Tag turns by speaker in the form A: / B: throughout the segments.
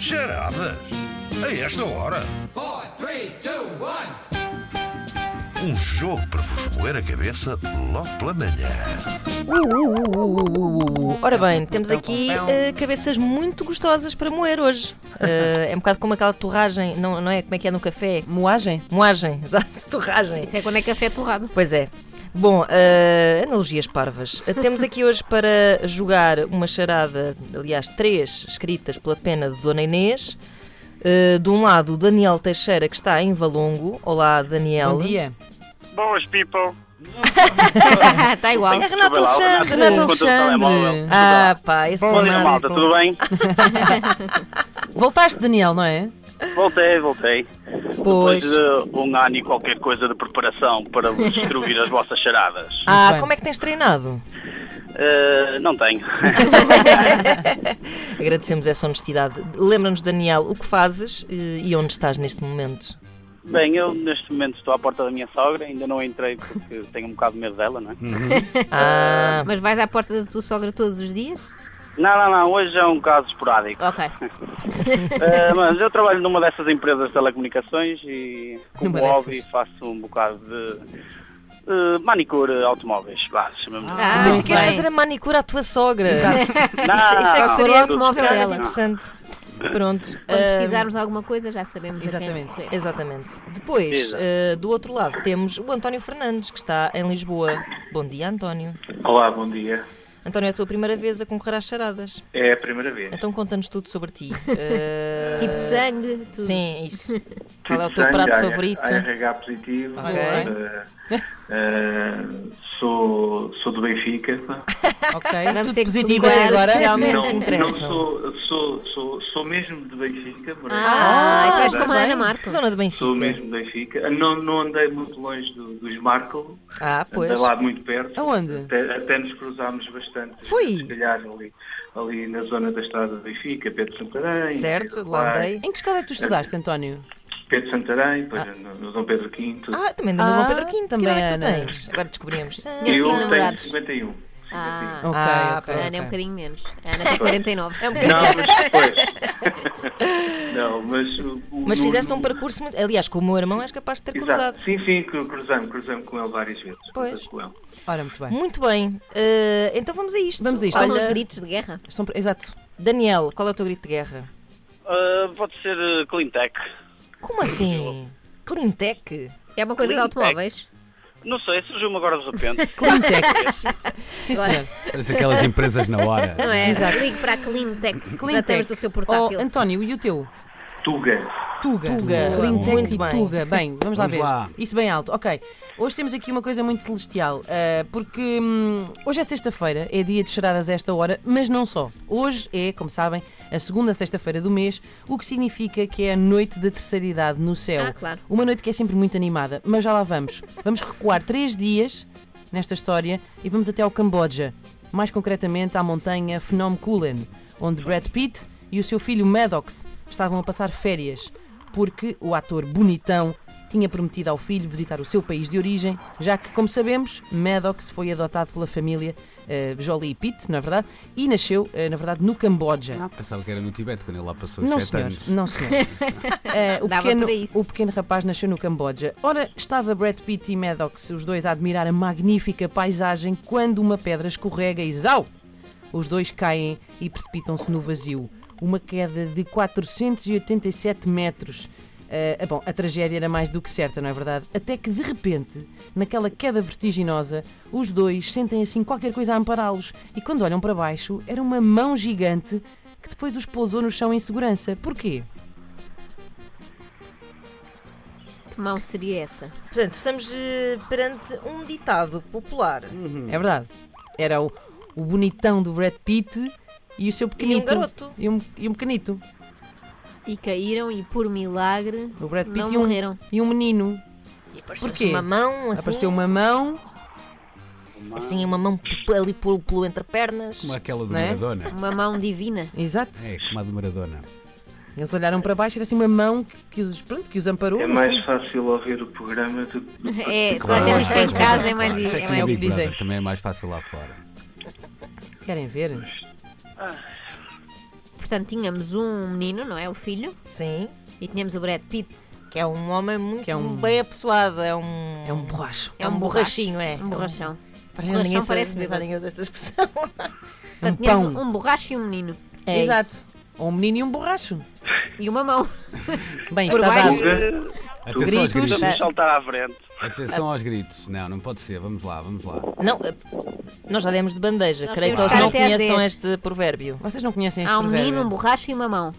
A: Charadas? A esta hora?
B: Four, three, two, one.
A: Um jogo para vos moer a cabeça logo pela manhã.
C: Ora bem, temos aqui eh, cabeças muito gostosas para moer hoje. Eh, é um bocado como aquela torragem, não, não é? Como é que é no café?
D: Moagem?
C: Moagem, exato, torragem.
D: Isso é quando é café torrado.
C: Pois é. Bom, eh, analogias parvas. Eh, Temos aqui hoje para jogar uma charada, aliás, três escritas pela pena de Dona Inês. Eh, de um lado, o Daniel Teixeira, que está em Valongo. Olá, Daniel.
E: Boas, people.
D: Está Ah, tá igual.
C: É Renato
E: Desculpa lá, o
C: Alexandre.
E: Renato
D: Renato
E: encontrou o telemóvel.
D: Alexandre.
C: Ah, pá, esse
E: Bom dia,
C: Renato.
E: malta, tudo bem?
D: Voltaste, Daniel, não é?
E: Voltei, voltei.
C: Pois.
E: Depois de um ano e qualquer coisa de preparação para vos destruir as vossas charadas.
C: Ah,
D: bem.
C: como é que tens treinado?
E: Eh, não tenho.
C: Agradecemos essa honestidade. Lembra-nos, Daniel, o que fazes eh, e onde estás neste momento?
E: Bem, eu neste momento estou à porta da minha sogra, ainda não entrei porque tenho um bocado de medo dela, não é?
C: Ah,
D: Mas vais à porta da tua sogra todos os dias?
E: Não, não, não, hoje é um caso esporádico.
D: Ok.
E: Eh, mas eu trabalho numa dessas empresas de telecomunicações e, como
D: Numa
E: hobby,
D: dessas.
E: faço um bocado de eh, manicure automóveis. Vá, chamemos
D: Ah,
C: mas se
D: muito
C: queres
D: bem.
C: fazer a manicura à tua sogra.
E: Não,
C: Isso, isso é que
D: não,
C: seria
D: não, não,
C: muito
D: não.
C: interessante. Pronto.
D: Quando
C: ah,
D: precisarmos de alguma coisa, já sabemos a quem recorrer.
C: Exatamente. Depois,
E: Exato.
C: ah, do outro lado, temos o António Fernandes, que está em Lisboa. Bom dia, António.
F: Olá, bom dia.
C: António, é a tua primeira vez a concorrer às charadas.
F: É a primeira vez.
C: Então conta-nos tudo sobre ti. Ah,
D: Tipo de sangue, tudo.
C: Sim, isso.
F: Tipo
C: Qual é o
F: de
C: teu
F: sangue,
C: prato
F: AR-
C: favorito?
F: ARH positivo.
C: Ok.
F: eh, eh, sou, sou do Benfica.
G: Ok,
D: Vamos
G: tudo
D: ter que
G: positivo
D: sublinhar
G: até agora.
D: as
C: realmente
F: não,
C: que
F: não
C: interessa.
F: sou, sou, sou, sou mesmo de Benfica. morei-
D: Ah, então és como a
C: sei.
D: Ana Marco.
C: Zona de Benfica.
F: Sou mesmo de Benfica. Não, não andei muito longe do, dos Marco.
C: Ah, pois.
F: Andei lá muito perto.
G: Aonde?
F: Até, até nos cruzámos bastante.
C: Fui.
F: Se calhar ali, ali na zona da estrada de Benfica, Pedro Santarém.
C: Certo,
F: Pedro
C: lá
F: Paes,
C: andei.
G: Em que escola é que tu estudaste, António?
F: Pedro Santarém, depois no, no Dom Pedro V.
C: Ah, também do Dom
G: Ah,
C: Pedro V,
G: também,
C: que idade é que
G: Ana.
C: tu tens? Agora descobrimos. Ah,
D: Eu
F: eu
D: sim,
F: tenho
D: namorados.
F: 51. 51.
D: é Ah,
G: Ok,
C: Ah,
G: ok.
D: a Ana é um bocadinho menos. A Ana tem 49.
F: Não, mas depois. Não, mas. o- o-
C: Mas
F: no-
C: fizeste
F: no-
C: um percurso muito. Aliás, com o meu irmão és capaz de ter
F: Exato.
C: cruzado.
F: Sim, sim, cru- cruzamos, cruzamos com ele várias vezes.
C: Pois.
F: Cruzamos Com ele.
G: Ora, muito bem.
C: Muito bem. Eh, então vamos a isto.
G: Vamos a isto.
D: Estão os
C: Olha,
D: gritos de guerra.
G: Estão pre- Exato.
C: Daniel, qual é o teu grito de guerra?
E: Ah, pode ser eh, Cleantech.
C: Como assim? Cleantech?
D: É uma coisa de
E: Cleantech.
D: automóveis.
E: Não sei, surgiu-me agora de repente.
G: Cleantech. Sim,
D: Agora-
G: senhor.
H: Parece aquelas empresas na hora.
D: Não é? Ligue para a Cleantech. Tratamos do seu portátil.
G: Oh, António, e o teu?
F: Tuga.
G: Tuga.
C: Tuga. Muito
G: Cleantech e
C: bem.
G: Tuga. Bem, vamos lá
H: Vamos
G: ver.
H: lá.
G: Isso bem alto. Ok. Hoje temos aqui uma coisa muito celestial. ah, porque hum, hoje é sexta-feira, é dia de charadas a esta hora, mas não só. Hoje é, como sabem, a segunda sexta-feira do mês, o que significa que é a noite da terceira idade no céu.
D: Ah, claro.
G: Uma noite que é sempre muito animada, mas já lá vamos. Vamos recuar três dias nesta história e vamos até ao Camboja. Mais concretamente à montanha Phnom Kulen, onde Brad Pitt e o seu filho Maddox estavam a passar férias, porque o ator bonitão tinha prometido ao filho visitar o seu país de origem, já que, como sabemos, Maddox foi adotado pela família eh, Jolie Pitt, na verdade, e nasceu, eh, na verdade, no Camboja.
H: Ah, pensava que era no Tibete, quando ele lá passou os
G: Não,
H: sete
G: senhor.
H: anos.
G: Não, senhor. Eh, o,
D: Dava
G: pequeno,
D: para isso.
G: o pequeno rapaz nasceu no Camboja. Ora, estava Brad Pitt e Maddox, os dois, a admirar a magnífica paisagem quando uma pedra escorrega e zau! Os dois caem e precipitam-se no vazio. Uma queda de 487 metros. Eh, ah, bom, a tragédia era mais do que certa, não é verdade? Até que, de repente, naquela queda vertiginosa, os dois sentem assim qualquer coisa a ampará-los e, quando olham para baixo, era uma mão gigante que depois os pousou no chão em segurança. Porquê?
D: Que mão seria essa?
C: Portanto, estamos eh, perante um ditado popular.
G: É verdade. Era o, o bonitão do Brad Pitt e o seu pequenito.
C: garoto.
G: E um, e um pequenito.
D: E caíram e por milagre
G: O Brad Pitt
D: não
G: e, um,
D: morreram.
G: e um menino.
C: E apareceu
G: Porquê?
C: uma mão, assim,
G: Apareceu uma mão.
C: assim, uma mão p- ali pelo, pelo entre pernas.
H: Como aquela do
G: Não é?
H: Maradona.
D: Uma mão divina.
G: Exato.
H: É, como a do Maradona.
G: Eles olharam para baixo, era assim uma mão que, que os, pronto, que os amparou.
F: É
G: no
F: mais
G: fundo.
F: fácil ouvir o programa do que.
D: É, toda a gente que está em casa é mais.
H: Claro, isso
D: É
H: que
D: mais
H: no Big
G: o que dizem.
H: Brother também é mais fácil lá fora.
G: Querem ver?
D: portanto, tínhamos um menino, não é? O filho.
C: Sim.
D: E tínhamos o Brad Pitt.
C: Que é um homem muito
G: Que é um-
C: bem apessoado. É um.
G: É um borracho.
C: É um borrachinho, é.
D: Um borrachão.
C: Para
D: borrachão
C: ninguém sabe-
D: parece bêbado.
C: ninguém usa esta expressão.
D: Portanto, tínhamos um borracho e um menino.
C: É
G: Exato.
C: isso.
G: Ou um menino e um borracho.
D: E uma mão.
G: Bem,
D: Por
G: está
D: baixo.
G: dado.
F: Tuga,
H: Atenção
G: Gritos.
H: aos
G: É.
H: gritos.
E: Vamos Ah, saltar à frente.
H: Atenção aos gritos. Não, não pode ser. Vamos lá, vamos lá.
C: Não, eh, nós já demos de bandeja.
D: Nós
C: Creio que eles
D: temos que
C: não
D: ficar até às
C: conheçam
D: 10.
C: este provérbio.
G: Vocês não conhecem este
D: Há um
G: provérbio?
D: menino, um borracho e uma mão.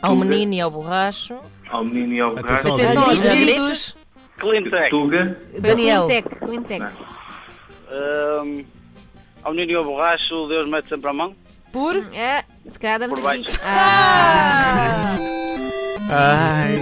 C: Ao
F: Tuga.
C: menino e ao borracho.
F: ao menino e ao
H: Atenção
F: borracho.
H: aos
G: Atenção aos
H: gritos.
G: gritos.
E: Clintec.
F: Tuga,
C: um Daniel.
D: Climtec, Climtec.
E: Hum, ao menino e ao borracho, Deus mete sempre a mão.
G: Por.
D: É, se calhar damos
E: Por baixo.
D: aqui. Ah,
H: Ai.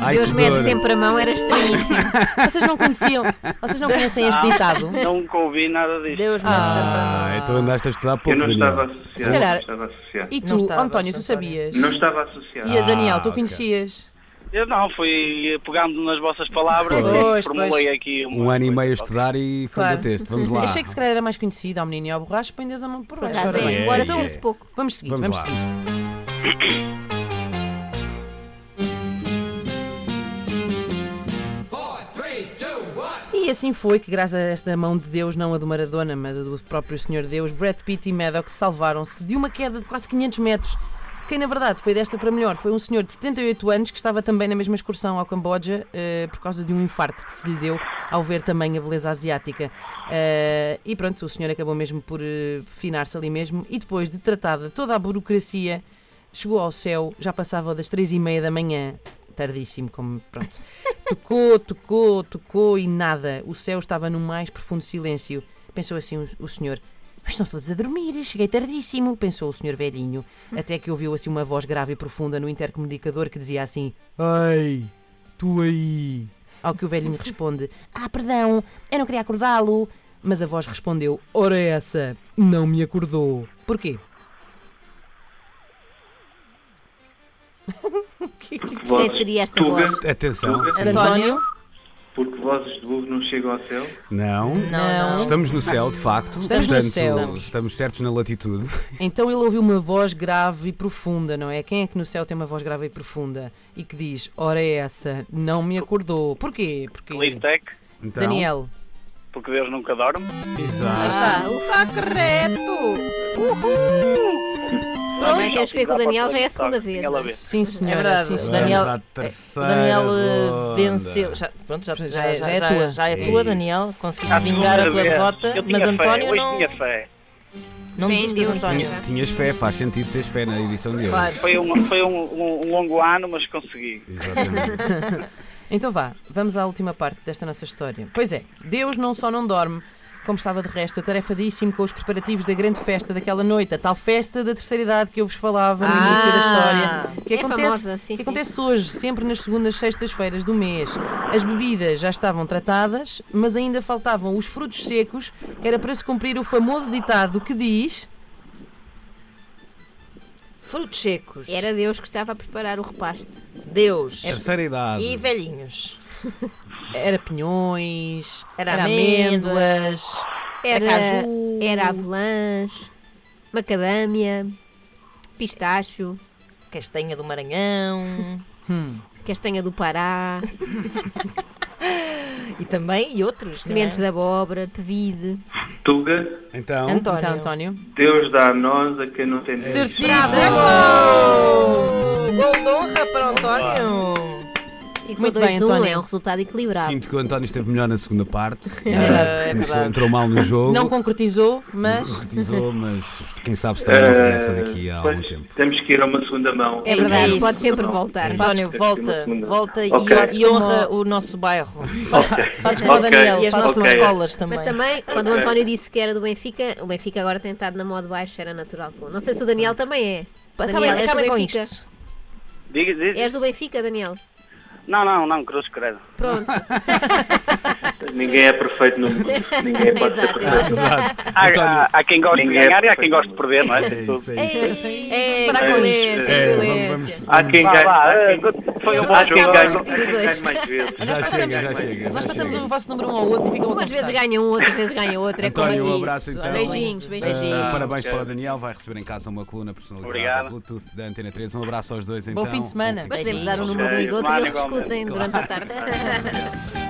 H: Ai,
D: Deus
H: que
D: mete
H: dor.
D: sempre a mão, era estranhíssimo.
G: Vocês não conheciam. Vocês não conhecem este ditado?
E: Nunca ouvi nada disto.
C: Deus me
H: Ah, então andaste a estudar pouco,
F: eu não
H: Daniel.
F: estava
G: Se
F: associado.
G: calhar-
F: Não estava associado.
G: E
C: Não
G: tu,
C: estava,
G: António, tu
C: António.
G: sabias?
F: Não estava associado.
G: E a Daniel, tu
H: ok.
G: conhecias?
E: Eu não, fui pegando nas vossas palavras
G: Pois,
E: e formulei aqui uma
H: Um ano e
E: coisa.
H: meio a estudar e foi
G: Claro.
H: o texto. Vamos lá.
G: Achei que se calhar era mais conhecido ao menino e ao borracho, pendes a mão por baixo. Ora
D: Caso é,
G: bem.
D: embora
H: Então,
D: se use pouco.
G: Vamos seguir,
H: Vamos
G: vamos,
H: lá.
G: seguir.
B: Four, three, two, one.
G: E assim foi que, graças a esta mão de Deus, não a do Maradona, mas a do próprio Senhor Deus, Brad Pitt e Maddox salvaram-se de uma queda de quase 500 metros. Quem, na verdade, foi desta para melhor foi um senhor de 78 anos que estava também na mesma excursão ao Camboja eh, por causa de um infarto que se lhe deu ao ver também a beleza asiática. Eh, e pronto, o senhor acabou mesmo por eh, finar-se ali mesmo e depois de tratada toda a burocracia, chegou ao céu, já passava das três e meia da manhã, tardíssimo, como pronto. Tocou, tocou, tocou e nada. O céu estava no mais profundo silêncio. Pensou assim o, o senhor. Mas estão todos a dormir, cheguei tardíssimo, pensou o senhor velhinho, até que ouviu assim uma voz grave e profunda no intercomunicador que dizia assim: Ei, tu aí. Ao que o velhinho responde: Ah, perdão, eu não queria acordá-lo. Mas a voz respondeu: Ora essa, não me acordou. Porquê?
D: Quem
F: Vozes-
D: seria esta
F: Tuga,
D: voz?
H: Atenção.
F: Tuga.
H: Sim.
C: António?
F: porque vozes de burro não chegam ao céu.
H: Não.
C: Não, não.
H: Estamos no céu, de facto.
G: Estamos no
H: Portanto,
G: céu.
H: Estamos certos na latitude.
G: Então ele ouviu uma voz grave e profunda, não é? Quem é que no céu tem uma voz grave e profunda? E que diz, ora é essa, não me acordou. Porquê? Porque...
E: Clintec,
H: Então,
G: Daniel.
E: porque Deus nunca dorme.
H: Exato.
D: Ah, ufa,
G: Está correto!
D: Também temos que ver com o Daniel, já é a segunda vez.
E: Ela vê.
G: Sim, senhora.
C: É verdade.
G: sim, senhora.
C: Daniel-
H: Vamos à
C: O
H: terceira
C: Daniel eh,
H: ronda.
C: venceu. Já, pronto, já, já, já, já é tua. Já é
H: É
C: tua,
H: isso.
C: Daniel. Conseguiste
E: À
C: vingar a
E: segunda
C: tua
E: vez.
C: derrota.
E: Eu tinha
C: Mas
E: fé,
C: António
E: hoje
C: não.
E: tinha fé.
C: Não
D: Fé em
C: desistas,
D: Deus,
C: António.
D: Deus.
H: Tinhas fé, faz sentido teres fé na edição de hoje.
C: Claro.
E: Foi um, foi um, um- um longo ano, mas consegui.
H: Exatamente.
G: Então vá, vamos à última parte desta nossa história. Pois é, Deus não só não dorme, como estava de resto, atarefadíssimo com os preparativos da grande festa daquela noite, a tal festa da terceira idade que eu vos falava no
C: Ah!
G: início da história, que
D: É
G: acontece,
D: famosa, sim,
G: que
D: sim.
G: acontece hoje, sempre nas segundas, sextas-feiras do mês. As bebidas já estavam tratadas, mas ainda faltavam os frutos secos, que era para se cumprir o famoso ditado que diz.
C: Frutos secos.
D: Era Deus que estava a preparar o repasto.
C: Deus.
H: Terceira idade.
C: E velhinhos.
G: Era pinhões,
C: Era
G: amêndoas.
D: Era,
C: caju.
D: era avelãs, macadâmia, pistacho,
C: Castanha do Maranhão.
D: castanha do Pará,
C: e também e outros. não é?
D: sementes de abóbora, pevide.
F: Tuga,
H: Então,
C: António.
G: Então, António.
F: Deus dá a nós a quem não tem nós.
C: Gol de honra para António.
D: E com
G: Muito
D: 2-1
G: bem, António.
D: é um resultado equilibrado.
H: sinto que o António esteve melhor na segunda parte. Eh,
C: verdade, é
H: Começou-
C: verdade.
H: entrou mal no jogo.
G: Não concretizou, mas.
H: concretizou, mas quem sabe se também não regressa
F: Eh,
H: daqui a
F: pois,
H: algum tempo.
F: Temos que ir a uma segunda mão.
D: É
C: verdade,
F: Uma
C: pode
F: segunda
D: sempre
F: mão.
D: voltar.
F: É isso.
C: António,
F: Temos que ir a
C: volta,
F: uma segunda.
C: volta e-
F: Ok.
C: e, honra o nosso bairro.
G: Fazes
F: Ok,
G: como o Daniel
C: E as
G: fazes
C: nossas
F: ok.
C: escolas também.
D: Mas também, quando o António disse que era do Benfica, o Benfica agora tem estado na moda baixa, era natural. que- Não sei se o Daniel também é. Daniel,
C: Acabem,
D: és do
C: acabem com
D: Benfica?
C: isto.
E: Diga, diga.
D: És do Benfica, Daniel?
E: Não, não, não, Cruz Credo.
D: Pronto,
F: Ninguém é perfeito no mundo. Ninguém pode ser
D: Exato.
F: perfeito.
H: Exato.
E: Há,
H: António,
E: há- há quem goste de
F: ninguém é
E: ganhar e há quem
F: perfeito.
E: goste de perder, não é?
H: é isso, é isso.
D: é,
G: Vamos parar com
D: violência,
F: isto.
H: É, vamos-
D: violência.
H: vamos-
F: Há quem
E: Vá,
F: ganhe.
E: vá,
F: há
E: eh,
F: quem-
E: foi um bom
F: Há quem
E: jogo.
F: ganhe há
D: Vamos discutir
F: quem
D: os dois.
F: ganhe mais vezes.
H: Já chega, já chega.
G: Nós
H: já
G: passamos
H: chega.
G: o vosso número um ao outro e ficam a
D: Umas vezes
G: conversar.
D: ganha um, outras vezes ganha outro. É
H: António,
D: como
H: um
D: isso.
H: abraço então.
D: Beijinhos, beijinhos.
H: Ah, parabéns para o Daniel, vai receber em casa uma coluna personalizada
E: Obrigado.
H: Bluetooth da Antena 3. Um abraço aos dois então.
G: fim de semana.
D: Mas podemos dar um número de um e do outro e eles discutem durante a tarde.